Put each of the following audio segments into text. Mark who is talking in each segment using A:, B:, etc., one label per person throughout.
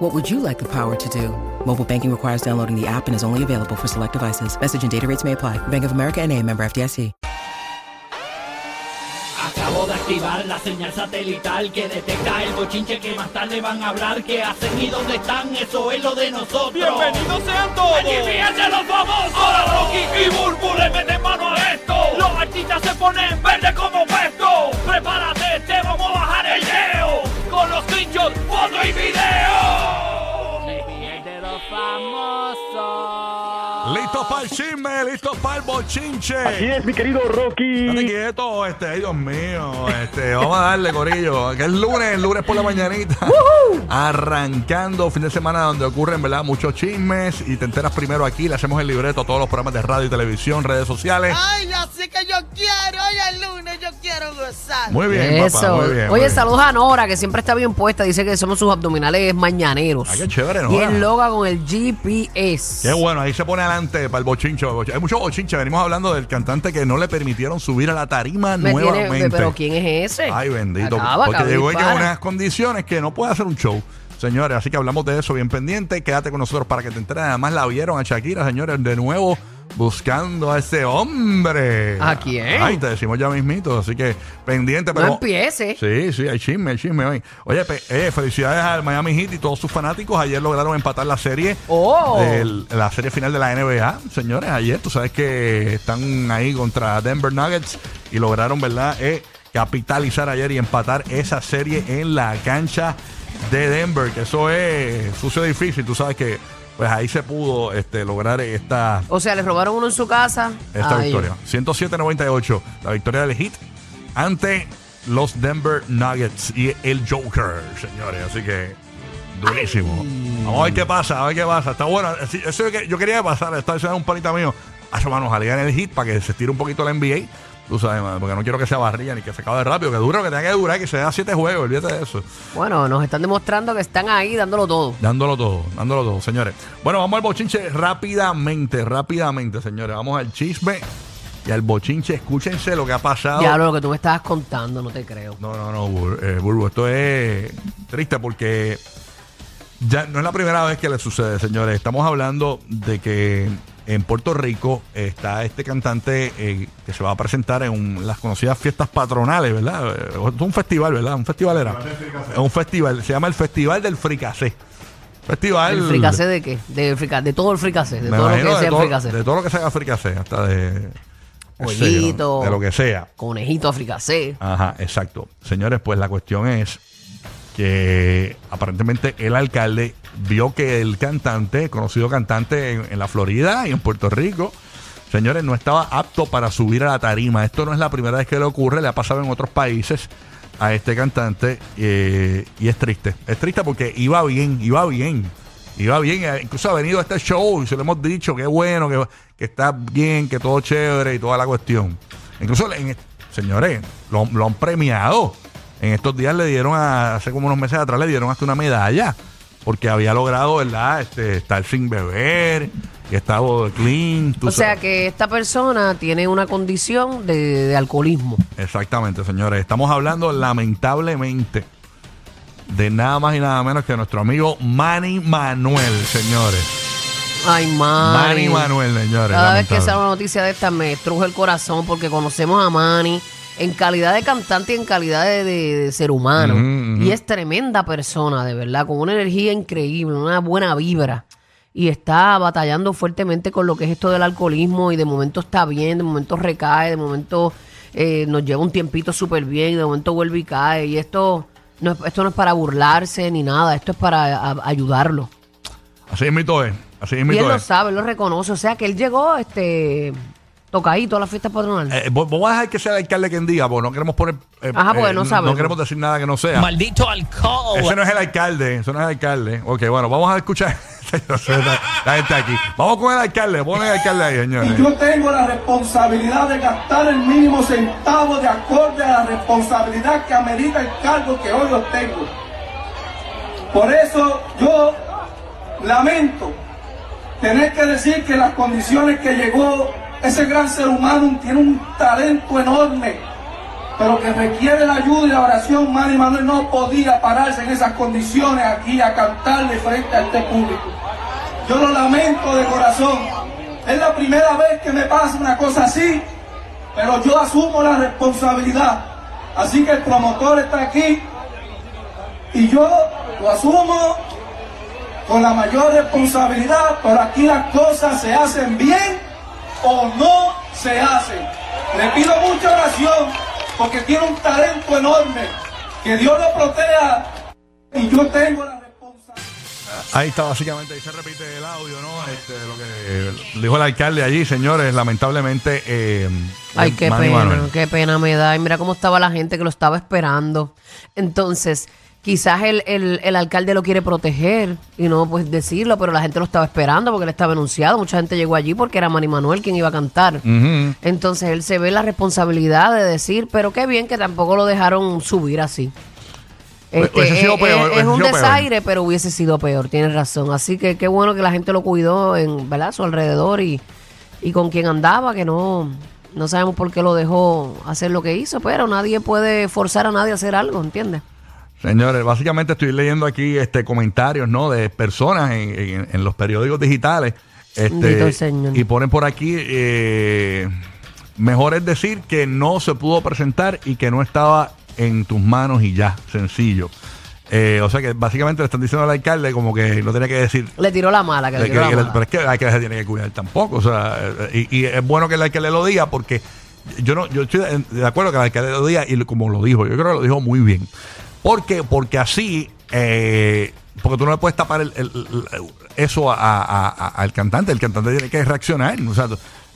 A: What would you like the power to do? Mobile banking requires downloading the app and is only available for select devices. Message and data rates may apply. Bank of America and a member FDIC.
B: Acabo de activar la señal satelital que detecta el bochinche que más tarde van a hablar. ¿Qué hacen y dónde están? Eso es lo de nosotros.
C: ¡Bienvenidos sean todos!
B: ¡Allí fíjense los famosos!
C: Ahora Rocky y Burbu le meten mano a esto.
B: Los artistas se ponen verde como puesto. Prepárate, te vamos a bajar el leo. Con los pinchos, foto y video. de los famosos.
D: Listos para el
E: Oh.
D: chisme, listos para el
F: Así
D: bochinche.
F: es, mi querido
D: Estate
F: Rocky.
D: quieto, este, ay, Dios mío. Este, vamos a darle, Corillo. Que es lunes, el lunes por la mañanita. Arrancando fin de semana donde ocurren, ¿verdad? Muchos chismes. Y te enteras primero aquí. Le hacemos el libreto a todos los programas de radio y televisión, redes sociales.
E: Ah.
G: Ay, así que yo quiero, hoy es lunes, yo quiero gozar.
D: Muy bien,
E: Eso.
D: papá. Muy bien. muy
E: Oye,
D: bien.
E: saludos a Nora, que siempre está bien puesta. Dice que somos sus abdominales mañaneros.
D: Ay, Ah, qué chévere,
E: Y
D: Nora.
E: el loga con el GPS.
D: Qué bueno, ahí se pone adelante para el bochincho. el bochincho. Hay muchos bochinches. Venimos hablando del cantante que no le permitieron subir a la tarima
E: Me tiene-
D: nuevamente.
E: pero ¿quién es ese?
D: Ay, bendito.
E: Acaba,
D: porque
E: acaba,
D: llegó en
E: dispara.
D: unas condiciones que no puede hacer un show. Señores, así que hablamos de eso bien pendiente. Quédate con nosotros para que te enteres. Además, la vieron a Shakira, señores, de nuevo buscando a ese hombre.
E: ¿A quién?
D: Ay, te decimos ya mismito, así que pendiente.
E: No
D: Pero...
E: empiece.
D: Sí, sí, hay chisme, hay chisme hoy. Oye, pe- eh, felicidades al Miami Heat y todos sus fanáticos. Ayer lograron empatar la serie.
E: Oh.
D: del- la serie final de la NBA. Señores, ayer tú sabes que están ahí contra Denver Nuggets y lograron, ¿verdad? Eh, capitalizar ayer y empatar esa serie en la cancha de Denver. Que eso es sucio difícil. Tú sabes que pues ahí se pudo este, lograr esta
E: O sea, le robaron uno en su casa.
D: esta
E: Ay.
D: victoria. 107-98, la victoria del Heat ante los Denver Nuggets y el Joker, señores. Así que durísimo. Vamos a ver qué pasa, a ver qué pasa. Está bueno. Sí, Eso es lo que yo quería pasar. Estaba diciendo a un panita mío. Hacho, mano, jalea en el Heat para que se estire un poquito la NBA. Tú sabes, mano, porque no quiero que sea barrilla ni que se acabe rápido. Que dure lo que tenga que durar, que se da siete juegos. Olvídate de eso.
E: Bueno, nos están demostrando que están ahí dándolo todo.
D: Dándolo todo, dándolo todo, señores. Bueno, vamos al bochinche rápidamente, rápidamente, señores. Vamos al chisme y al bochinche. Escúchense lo que ha pasado.
E: Ya lo que tú me estabas contando, no te creo.
D: No, no, no, Bur- eh, Burbu. Esto es triste porque ya no es la primera vez que le sucede, señores. Estamos hablando de que en Puerto Rico está este cantante eh, que se va a presentar en un- las conocidas fiestas patronales, ¿verdad? Eh, esto Es un festival, ¿verdad? Un festival era. Es un festival. Se llama el Festival del Fricacé. Festival.
E: ¿El fricacé de qué? De, frica- de todo el fricacé, de
D: Me
E: todo lo que
D: imagino
E: sea
D: de,
E: el
D: todo,
E: fricacé.
D: de todo lo que se haga fricacé, hasta de. qué sé yo,
E: Pollito.
D: De lo que sea.
E: Conejito fricacé.
D: Ajá, exacto. Señores, pues la cuestión es que aparentemente el alcalde vio que el cantante, conocido cantante en, en la Florida y en Puerto Rico, señores, no estaba apto para subir a la tarima. Esto no es la primera vez que le ocurre, le ha pasado en otros países a este cantante eh, y es triste. Es triste porque iba bien, iba bien. Iba bien, eh, incluso ha venido a este show y se lo hemos dicho, qué bueno, que, que está bien, que todo chévere y toda la cuestión. Incluso, en, señores, lo, lo han premiado. En estos días le dieron, a- hace como unos meses atrás, le dieron hasta una medalla. Porque había logrado, ¿verdad? Este, estar sin beber, que estaba clean. tú
E: O sea
D: sabes.
E: que esta persona tiene una condición de, de alcoholismo.
D: Exactamente, señores. Estamos hablando, lamentablemente, de nada más y nada menos que nuestro amigo Manny Manuel, señores.
E: Ay,
D: Manny
E: Manny.
D: Manuel, señores.
E: Cada vez que
D: lamentable.
E: sale una noticia de esta me estruja el corazón porque conocemos a Manny en calidad de cantante y en calidad de, de- de ser humano.
D: Ujú, ujú.
E: Y es tremenda persona, de verdad, con una energía increíble, una buena vibra. Y está batallando fuertemente con lo que es esto del alcoholismo y de momento está bien, de momento recae, de momento eh, nos lleva un tiempito súper bien, de momento vuelve y cae. Y esto no, es- esto no es para burlarse ni nada, esto es para a- ayudarlo.
D: Así es, mito es. Así es,
E: Y él
D: mito
E: lo
D: es.
E: sabe, él lo reconoce. O sea que él llegó este tocadito a la fiesta patronal.
D: Eh, vos, vos vas a dejar que sea el alcalde quien diga, porque no queremos poner. eh,
E: Ajá, porque
D: eh,
E: no sabemos.
D: queremos decir nada que no sea.
C: ¡Maldito alcohol!
D: Ese no es el alcalde, eso no es el alcalde. Ok, bueno, vamos a escuchar. Yo sé, la, la gente aquí. Vamos con el alcalde, pon el alcalde ahí,
F: Y
D: señores.
F: yo tengo la responsabilidad de gastar el mínimo centavo de acorde a la responsabilidad que amerita el cargo que hoy obtengo. Por eso yo lamento tener que decir que las condiciones que llegó ese gran ser humano tiene un talento enorme, pero que requiere la ayuda y la oración. Manny Manuel no podía pararse en esas condiciones aquí a cantarle frente a este público. Yo lo lamento de corazón. Es la primera vez que me pasa una cosa así, pero yo asumo la responsabilidad. Así que el promotor está aquí y yo lo asumo con la mayor responsabilidad, pero aquí las cosas se hacen bien o no se hacen. Le pido mucha oración porque tiene un talento enorme. Que Dios lo proteja y yo tengo la responsabilidad.
D: Ahí está, básicamente, ahí se repite el audio, ¿no? Este, lo que eh, dijo el alcalde allí, señores, lamentablemente. eh,
E: Ay, qué
D: Manny
E: pena,
D: Manuel.
E: qué pena me da. Y mira cómo estaba la gente que lo estaba esperando. Entonces, quizás el, el- el alcalde lo quiere proteger y no pues decirlo, pero la gente lo estaba esperando porque él estaba anunciado. Mucha gente llegó allí porque era Manny Manuel quien iba a cantar.
D: Ujú.
E: Entonces él se ve la responsabilidad de decir, pero qué bien que tampoco lo dejaron subir así. Este,
D: Hubiese pues, sido
E: es-
D: peor,
E: es-
D: hubiese
E: es un
D: sido peor.
E: desaire, pero hubiese sido peor, tienes razón. Así que qué bueno que la gente lo cuidó en ¿verdad? a su alrededor y, y con quien andaba, que no, no sabemos por qué lo dejó hacer lo que hizo, pero nadie puede forzar a nadie a hacer algo, ¿entiendes?
D: Señores, básicamente estoy leyendo aquí este comentarios, ¿no? De personas en, en- en los periódicos digitales.
E: Bendito
D: Este,
E: el Señor.
D: y ponen por aquí, eh, mejor es decir que no se pudo presentar y que no estaba en tus manos y ya, sencillo. Eh, o sea que básicamente le están diciendo al alcalde como que no tenía que decir
E: Le tiró la mala, que le
D: que-
E: tiró la
D: que-
E: mala.
D: pero es que hay que se tiene que cuidar tampoco. O sea, eh, y, y es bueno que el alcalde lo diga porque yo no, yo estoy de- de acuerdo que el alcalde lo diga y lo- como lo dijo, yo creo que lo dijo muy bien. ¿Por qué? Porque así, eh, porque tú no le puedes tapar el- el- el- eso a- a- a- al cantante. El cantante tiene que reaccionar. O sea,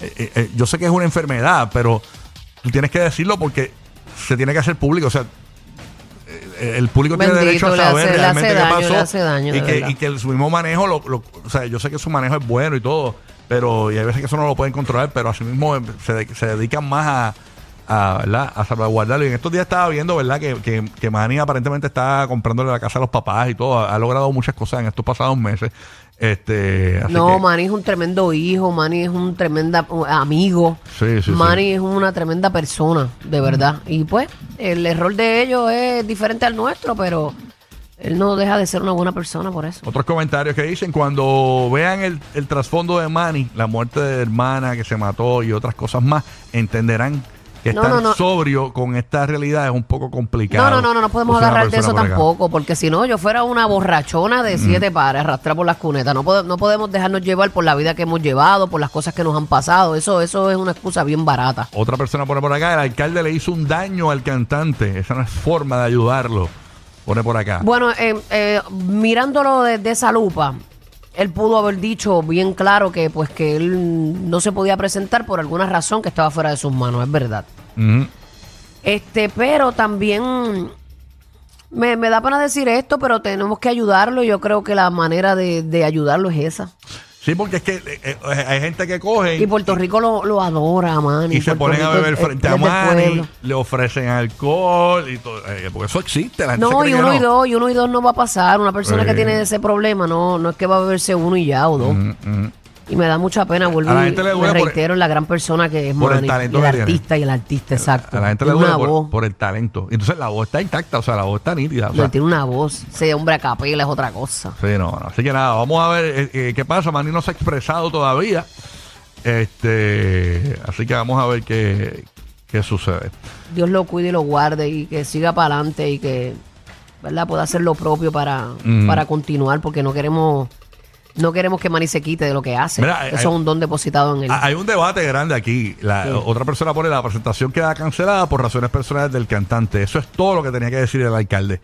D: eh, eh, eh, yo sé que es una enfermedad, pero tú tienes que decirlo porque se tiene que hacer público. O sea, eh, el público tiene
E: Bendito,
D: derecho a
E: le
D: saber
E: hace- le
D: realmente
E: hace
D: qué
E: daño,
D: pasó
E: le hace daño,
D: y,
E: de
D: que,
E: verdad.
D: y que el, su mismo manejo, lo, lo- o sea, yo sé que su manejo es bueno y todo, pero y hay veces que eso no lo pueden controlar, pero así mismo se, de- se dedican más a, a, ¿verdad? a salvaguardarlo. Y en estos días estaba viendo, ¿verdad?, que, que, que Manny aparentemente está comprándole la casa a los papás y todo, ha, ha logrado muchas cosas en estos pasados meses. Este, así
E: No,
D: que-
E: Manny es un tremendo hijo, Manny es un tremenda uh, amigo.
D: Sí, sí,
E: Manny es una tremenda persona, de verdad. Y pues, el error de ellos es diferente al nuestro, pero él no deja de ser una buena persona por eso.
D: Otros comentarios que dicen, cuando vean el, el trasfondo de Manny, la muerte de hermana que se mató y otras cosas más, entenderán que
E: No,
D: estar
E: no, no.
D: sobrio con esta realidad es un poco complicado.
E: No, no, no, no, no podemos
D: Pues una
E: agarrar de eso
D: persona por acá.
E: tampoco, porque si no, yo fuera una borrachona de siete pares, arrastrar por las cunetas. No, pode- no podemos dejarnos llevar por la vida que hemos llevado, por las cosas que nos han pasado. Eso, eso es una excusa bien barata.
D: Otra persona pone por acá, el alcalde le hizo un daño al cantante. Esa no es forma de ayudarlo. Pone por acá.
E: Bueno, eh, eh, mirándolo desde esa lupa, él pudo haber dicho bien claro que pues que él no se podía presentar por alguna razón que estaba fuera de sus manos, es verdad.
D: Ujú.
E: Este, pero también me, me da pena decir esto, pero tenemos que ayudarlo. y Yo creo que la manera de, de ayudarlo es esa.
D: Sí, porque es que eh, eh, hay gente que coge
E: Y Puerto Rico lo, lo adora, man.
D: y se ponen a beber frente a
E: Manny.
D: Manny, le ofrecen alcohol y todo. eh, porque eso existe. La gente se
E: No,
D: cree
E: y
D: que
E: uno y
D: no.
E: dos, y uno y dos no va a pasar. Una persona
D: Eh.
E: que tiene ese problema no, no es que va a beberse uno y ya o dos.
D: Ujú.
E: Y me da mucha pena, vuelvo
D: A la
E: y
D: gente le
E: me
D: duele por-
E: reitero, la gran persona que es
D: por el
E: Manny,
D: talento
E: y el
D: que tiene.
E: artista y el artista, exacto.
D: A la gente le
E: Tiene
D: duele
E: una voz,
D: por, por el talento. Y Entonces la voz está intacta, o sea, la voz está nítida. o
E: no,
D: sea,
E: tiene una voz, ese hombre a capela es otra cosa.
D: sí, no, no. Así que nada, vamos a ver eh, eh, qué pasa. Manny no se ha expresado todavía. Este, así que vamos a ver qué, qué sucede.
E: Dios lo cuide y lo guarde y que siga para adelante y que verdad pueda hacer lo propio para,
D: Mm.
E: para continuar porque no queremos no queremos que Manny se quite de lo que hace.
D: Mira,
E: Eso
D: hay-
E: es un don depositado en él.
D: Ha- Ah, Hay un debate grande aquí. La, Otra persona pone la presentación queda cancelada por razones personales del cantante. Eso es todo lo que tenía que decir el alcalde.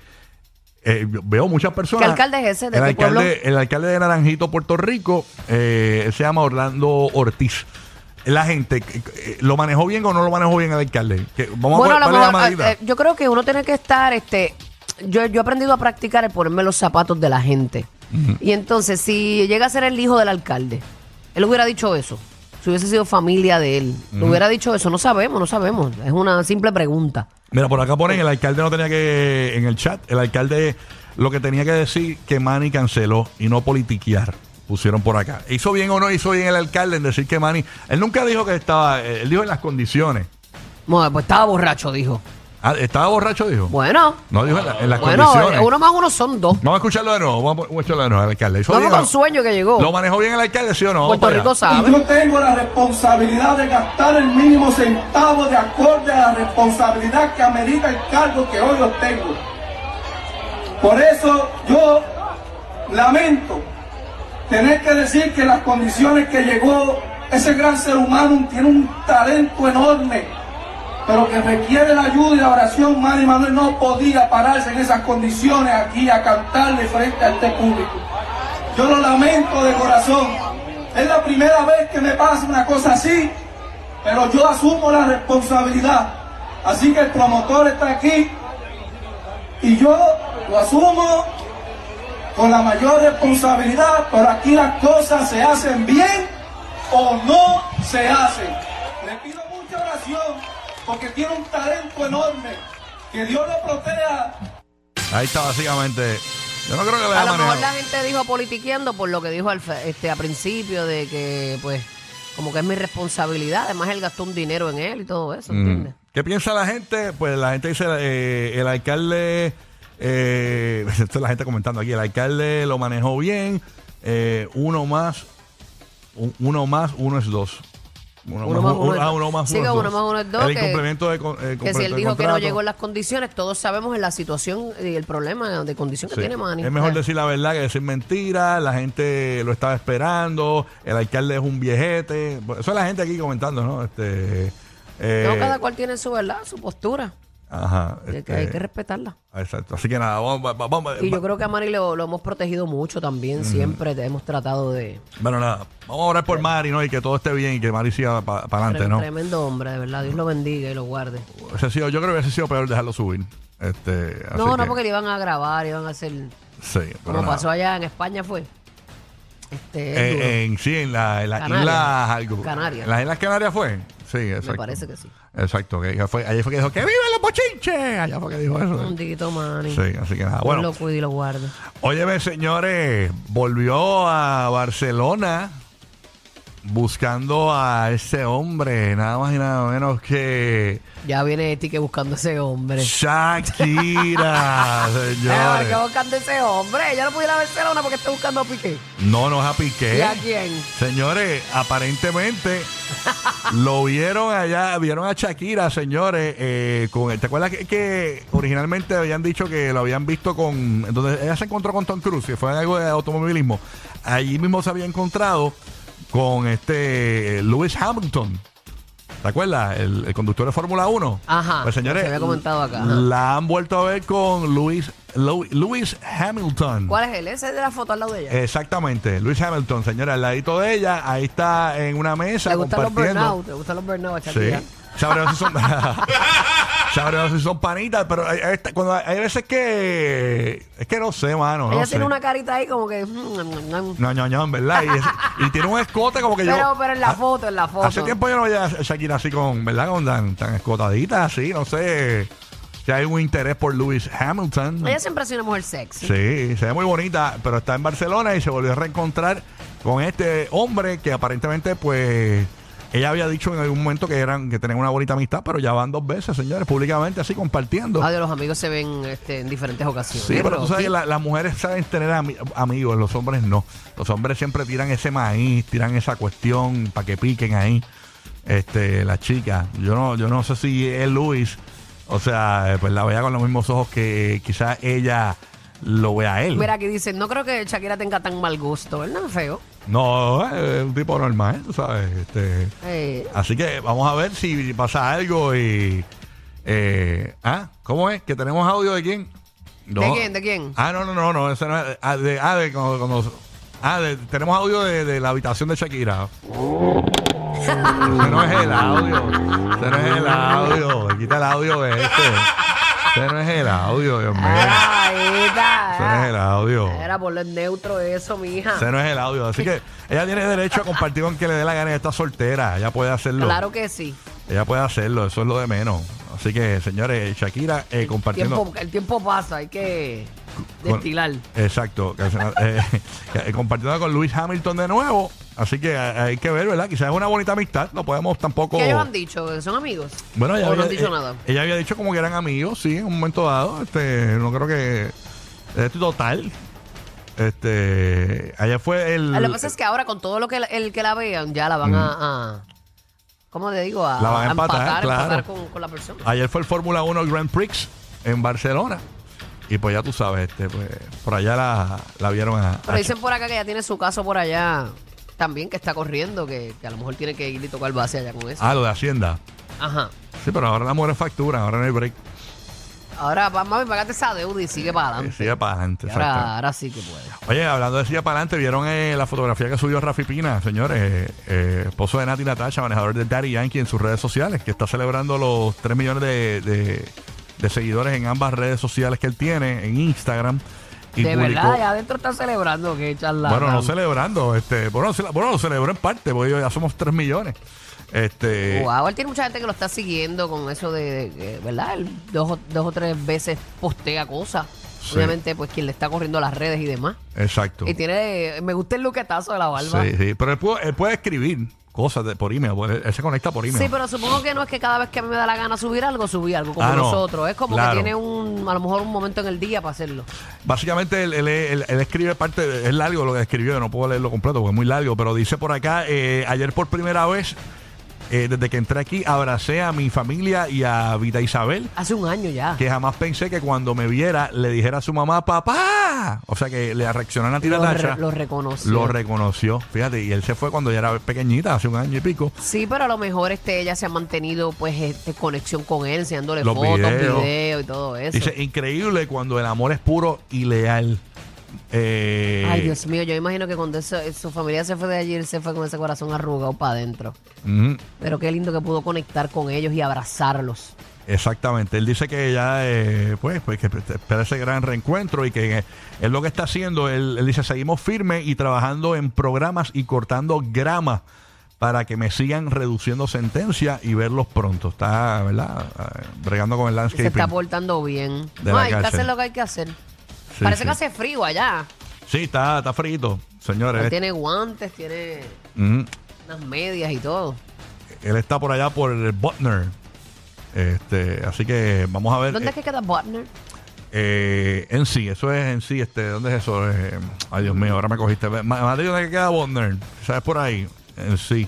D: Eh, yo veo muchas personas.
E: ¿Qué alcalde es ese? ¿De
D: el,
E: qué
D: alcalde,
E: pueblo?
D: el alcalde de Naranjito, Puerto Rico, eh, él se llama Orlando Ortiz. La gente, eh, ¿lo manejó bien o no lo manejó bien el alcalde? Que- vamos
E: Bueno, a
D: ver
E: lo
D: cuál es la
E: mejor,
D: medida.
E: eh, yo creo que uno tiene que estar, este, yo, yo he aprendido a practicar el ponerme los zapatos de la gente. Y entonces, si llega a ser el hijo del alcalde, él hubiera dicho eso. Si hubiese sido familia de él, le hubiera dicho eso. No sabemos, no sabemos. Es una simple pregunta.
D: Mira, por acá ponen, el alcalde no tenía que, en el chat, el alcalde lo que tenía que decir que Manny canceló y no politiquear, pusieron por acá. ¿Hizo bien o no hizo bien el alcalde en decir que Manny, él nunca dijo que estaba, él dijo en las condiciones.
E: Bueno, pues estaba borracho, dijo.
D: Ah, ¿Estaba borracho, dijo?
E: Bueno,
D: no, dijo en, la- en las
E: bueno,
D: condiciones.
E: uno más uno son dos.
D: Vamos a escucharlo de nuevo, vamos a vamos a escucharlo de nuevo, el alcalde. ¿Hizo
E: No,
D: bien
E: con
D: o no?
E: sueño que llegó.
D: ¿Lo manejó bien el alcalde, sí o no?
E: Puerto
D: Vamos para
E: Rico
D: allá.
E: sabe.
F: Y yo tengo la responsabilidad de gastar el mínimo centavo de acorde a la responsabilidad que amerita el cargo que hoy obtengo. Por eso yo lamento tener que decir que las condiciones que llegó ese gran ser humano tiene un talento enorme, pero que requiere la ayuda y la oración. Manny Manuel no podía pararse en esas condiciones aquí a cantarle frente a este público. Yo lo lamento de corazón. Es la primera vez que me pasa una cosa así, pero yo asumo la responsabilidad. Así que el promotor está aquí y yo lo asumo con la mayor responsabilidad, pero aquí las cosas se hacen bien o no se hacen. Le pido mucha oración porque tiene un talento enorme. Que Dios lo proteja
D: Ahí está, básicamente. Yo no creo que lo
E: A
D: haya
E: lo mejor la
D: manejado.
E: gente dijo politiqueando por lo que dijo al, fe- este, a principio de que, pues, como que es mi responsabilidad. Además, él gastó un dinero en él y todo
D: Mm.
E: eso, ¿entiendes?
D: ¿Qué piensa la gente? Pues la gente dice, eh, el alcalde, eh, esto es la gente comentando aquí, el alcalde lo manejó bien, eh, uno más, un- uno más, uno es dos. Uno,
E: más uno es
D: ah,
E: dos.
D: uno más
E: Sí, que
D: uno,
E: uno más uno es dos,
D: El
E: que-
D: incumplimiento de con- eh,
E: Que
D: complemento
E: si él
D: de
E: dijo que no
D: contrato.
E: llegó en las condiciones, todos sabemos en la situación y el problema de condición que
D: Sí.
E: tiene Manny.
D: Es mejor
E: Eh,
D: decir la verdad que decir mentiras. La gente lo estaba esperando. El alcalde es un viejete. Bueno, Eso es la gente aquí comentando, ¿no? Este, eh,
E: no, cada cual tiene su verdad, su postura.
D: Ajá.
E: que
D: este,
E: hay que respetarla.
D: exacto. Así que nada, vamos. va- va- vamos-
E: Y yo
D: va-
E: creo que a Mari lo, lo hemos protegido mucho también. Siempre te- hemos tratado de.
D: Bueno, nada. Vamos a orar por Mari, ¿no? Y que todo esté bien y que Mari siga para adelante,
E: Trem-
D: ¿no?
E: Tremendo hombre, de verdad. Dios lo bendiga y lo guarde.
D: Hubiese sido- yo creo que hubiese sido peor dejarlo subir. Este, así
E: No, no,
D: que-
E: porque le iban a grabar, iban a hacer.
D: Sí, pero
E: Como
D: nada.
E: pasó allá en España fue. Este, es
D: Eh,
E: duro.
D: en, sí, en las la
E: Canarias.
D: islas algo.
E: Canarias.
D: ¿En las Islas Canarias fue? Sí, exacto.
E: parece que sí.
D: Exacto, que que fue, allí fue que dijo, ¡que vivan los bochinches! Allá fue que dijo eso.
E: Un diguito Manny.
D: Sí, así que nada.
E: Bueno.
D: Bueno,
E: Mm, Lo cuido y lo guardo.
D: óyeme, señores, volvió a Barcelona buscando a ese hombre, nada más y nada menos que
E: Ya viene Eti que buscando a ese hombre.
D: Shakira,
E: Ay, que
D: señores.
E: buscando a ese hombre. Ella no pudiera ir a Barcelona porque está buscando a Piqué.
D: No nos a
E: ¿Y
D: Piqué.
E: a quién?
D: Señores, aparentemente lo vieron allá, vieron a Shakira, señores, eh, con ¿Te acuerdas que, que originalmente habían dicho que lo habían visto con. Entonces ella se encontró con Tom Cruise, que fue algo de automovilismo. Allí mismo se había encontrado con este Lewis Hamilton. ¿Te acuerdas? El, el conductor de Fórmula 1.
E: Ajá,
D: Pues señores,
E: se había comentado acá, ajá.
D: la han vuelto a ver con Lewis, Lewis, Lewis Hamilton.
E: ¿Cuál es él? Ese es de la foto al lado de ella.
D: Eh, Exactamente, Luis Hamilton, señora, al ladito de ella, ahí está en una mesa
E: ¿Te gustan los
D: compartiendo.
E: burnout? ¿Te gustan los burnout a
D: sí.
E: Shakira?
D: Sabremos si son Sabremos si son panitas, pero hay, hay esta- cuando hay- hay veces que es que no sé, mano, no
E: Ella
D: sé.
E: tiene una carita ahí como que. mm,
D: No, no, no, en verdad, y, es- y tiene un escote como que
E: Pero,
D: yo
E: pero en la
D: Ah,
E: foto, en la foto.
D: Hace tiempo yo no veía a Shakira así con, ¿verdad? Con tan, tan escotadita así, no sé. Si hay un interés por Lewis Hamilton.
E: Ella siempre ha sido una mujer sexy.
D: Sí, se ve muy bonita, pero está en Barcelona y se volvió a reencontrar con este hombre que aparentemente, pues, ella había dicho en algún momento que eran que tenían una bonita amistad, pero ya van dos veces, señores, públicamente así compartiendo.
E: Ah, de los amigos se ven este, en diferentes ocasiones.
D: Sí, pero tú sabes
E: sí.
D: que la- las mujeres saben tener ami- amigos, los hombres no. Los hombres siempre tiran ese maíz, tiran esa cuestión para que piquen ahí. Este, las chicas. Yo no, yo no sé si es Luis, o sea, eh, pues la veía con los mismos ojos que quizás ella lo vea a él.
E: Mira, aquí dicen, no creo que Shakira tenga tan mal gusto, ¿verdad? Feo.
D: No, eh, es un tipo normal, tú sabes. Este,
E: Eh,
D: así que vamos a ver si pasa algo y... eh, ah, ¿cómo es? ¿Que tenemos audio de quién? No.
E: ¿De quién? ¿De quién?
D: Ah, no, no, no, no, ese no es... Ah, de, ah, de cuando- cuando- ah, de- tenemos audio de, de la habitación de Shakira. ese no es el audio. Ese no es el audio. Quita el audio de este. Ese no es el audio, Dios mío. Ese no es el audio.
E: Era por el neutro eso, mija.
D: Ese no es el audio. Así que ella tiene derecho a compartir con quien le dé la gana. Ella Está soltera. Ella puede hacerlo.
E: Claro que sí.
D: Ella puede hacerlo. Eso es lo de menos. Así que, señores, Shakira eh, compartiendo.
E: Tiempo- el tiempo pasa, hay que
D: con-
E: destilar.
D: Exacto. eh, eh, compartiendo con Luis Hamilton de nuevo. Así que eh, hay que ver, ¿verdad? Quizás es una bonita amistad. No podemos tampoco.
E: ¿Qué ellos han dicho? ¿Que ¿Son amigos?
D: Bueno, ella
E: ¿O no
D: había,
E: han dicho
D: eh,
E: nada?
D: ella había dicho como que eran amigos, sí, en un momento dado. Este, no creo que. Esto total. Este. Allá fue el. Mm.
E: Ah, Lo que pasa es que ahora con todo lo que la- el que la vean, ya la van a, a- ¿Cómo te digo? A,
D: La van a
E: a
D: empatar, claro.
E: empatar con, con la persona.
D: Ayer fue el Fórmula 1 Grand Prix en Barcelona. Y pues ya tú sabes, este, pues, por allá la, la vieron a.
E: Pero
D: a-
E: dicen por acá que ya tiene su caso por allá también, que está corriendo, que, que a lo mejor tiene que ir y tocar base allá con eso.
D: ah, lo de Hacienda.
E: Ajá.
D: Sí, pero ahora la mujer factura, ahora no hay break.
E: Ahora, va- mami, pagate esa deuda y sigue para
D: Eh,
E: adelante.
D: Sigue para adelante, exacto.
E: Ah, ahora, ahora sí que puede.
D: Oye, hablando de sigue para adelante, ¿vieron eh, la fotografía que subió Rafi Pina, señores? Eh, eh, esposo de Nati Natasha, manejador de Daddy Yankee en sus redes sociales, que está celebrando los 3 millones de, de- de seguidores en ambas redes sociales que él tiene, en Instagram. Y
E: de
D: publicó-
E: verdad, allá adentro está celebrando que charla.
D: Bueno, no celebrando, este, bueno, cele- bueno, lo celebró en parte, porque ya somos 3 millones. Este,
E: Wow, él tiene mucha gente que lo está siguiendo con eso de, de que, ¿verdad? Él dos, o- dos o tres veces postea cosas.
D: Sí.
E: Obviamente, pues quien le está corriendo a las redes y demás.
D: exacto.
E: Y tiene, me gusta el luquetazo de la barba.
D: Sí, sí, pero él puede, él puede escribir cosas de- por email, porque él, él se conecta por email.
E: Sí, pero supongo que no es que cada vez que a mí me da la gana subir algo, subí algo como
D: Ah, no.
E: nosotros. Es como
D: Claro.
E: que tiene un, a lo mejor un momento en el día para hacerlo.
D: Básicamente él, él- él- él escribe parte, de- es largo lo que escribió, no puedo leerlo completo porque es muy largo, pero dice por acá, eh, ayer por primera vez, eh, desde que entré aquí, abracé a mi familia y a Vita Isabel,
E: Hace un año ya.
D: que jamás pensé que cuando me viera le dijera a su mamá, papá. O sea que le reaccionaron a
E: Lo,
D: Tiratacha.
E: re- lo reconoció.
D: Lo reconoció, fíjate, y él se fue cuando ya era pequeñita, hace un año y pico.
E: Sí, pero a lo mejor este ella se ha mantenido pues este, conexión con él, enseñándole
D: Los
E: fotos,
D: videos.
E: videos. y todo eso.
D: Dice, increíble cuando el amor es puro y leal. Eh,
E: Ay, Dios mío, yo imagino que cuando eso- su familia se fue de allí, él se fue con ese corazón arrugado para adentro.
D: ujú.
E: Pero qué lindo que pudo conectar con ellos y abrazarlos.
D: Exactamente. Él dice que ya, eh, pues, pues, que espera ese gran reencuentro y que eh, él lo que está haciendo, él, él dice, seguimos firmes y trabajando en programas y cortando grama para que me sigan reduciendo sentencia y verlos pronto. Está, ¿verdad? Eh, Bregando con el
E: Y se está
D: landscaping.
E: portando bien.
D: De
E: No,
D: la
E: hay que
D: cárcel.
E: hacer lo que hay que hacer.
D: Sí,
E: Parece
D: sí.
E: que hace frío allá.
D: Sí, está, está frito,
E: Él
D: señores. Mm.
E: tiene guantes, tiene
D: Ujú.
E: unas medias y todo.
D: Él está por allá por el Butner. Este, así que vamos a ver.
E: ¿Dónde
D: eh,
E: es que queda Butner?
D: Eh, en sí, eso es en sí, este, ¿dónde es eso? Eh, ay, Dios mío, ahora me cogiste. Ma- Madrid, ¿dónde queda Botner? ¿Sabes por ahí? En sí.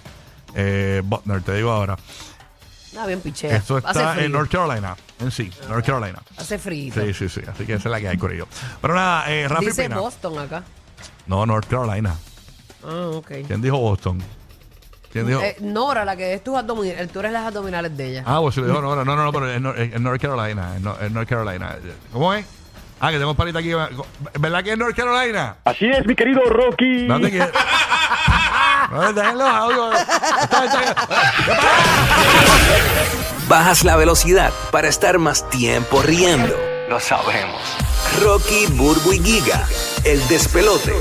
D: Eh, Butner, te digo ahora.
E: Está Ah, bien pichea.
D: Esto
E: hace
D: está
E: frío.
D: en North Carolina. En sí, North Carolina.
E: Hace frío.
D: Sí, sí, sí. Así que esa es la que hay, Corillo. Pero nada, eh, Rafi
E: Dice
D: Pina.
E: Boston acá.
D: No, North Carolina.
E: Ah, ok.
D: ¿Quién dijo Boston? ¿Quién dijo?
E: Eh, Nora, la que es tus abdominales, tú eres las abdominales de ella.
D: ah, pues se lo dijo no, no, no, no, pero en, Nor- en North Carolina. En, Nor- en North Carolina. ¿Cómo es? Ah, que tenemos palita aquí. ¿Verdad que es North Carolina?
H: Así es, mi querido Rocky.
D: No te quieres. No, dejen los audios. Esta gente que-
I: Bajas la velocidad para estar más tiempo riendo. Lo sabemos. Rocky, Burbu y Giga, el despelote.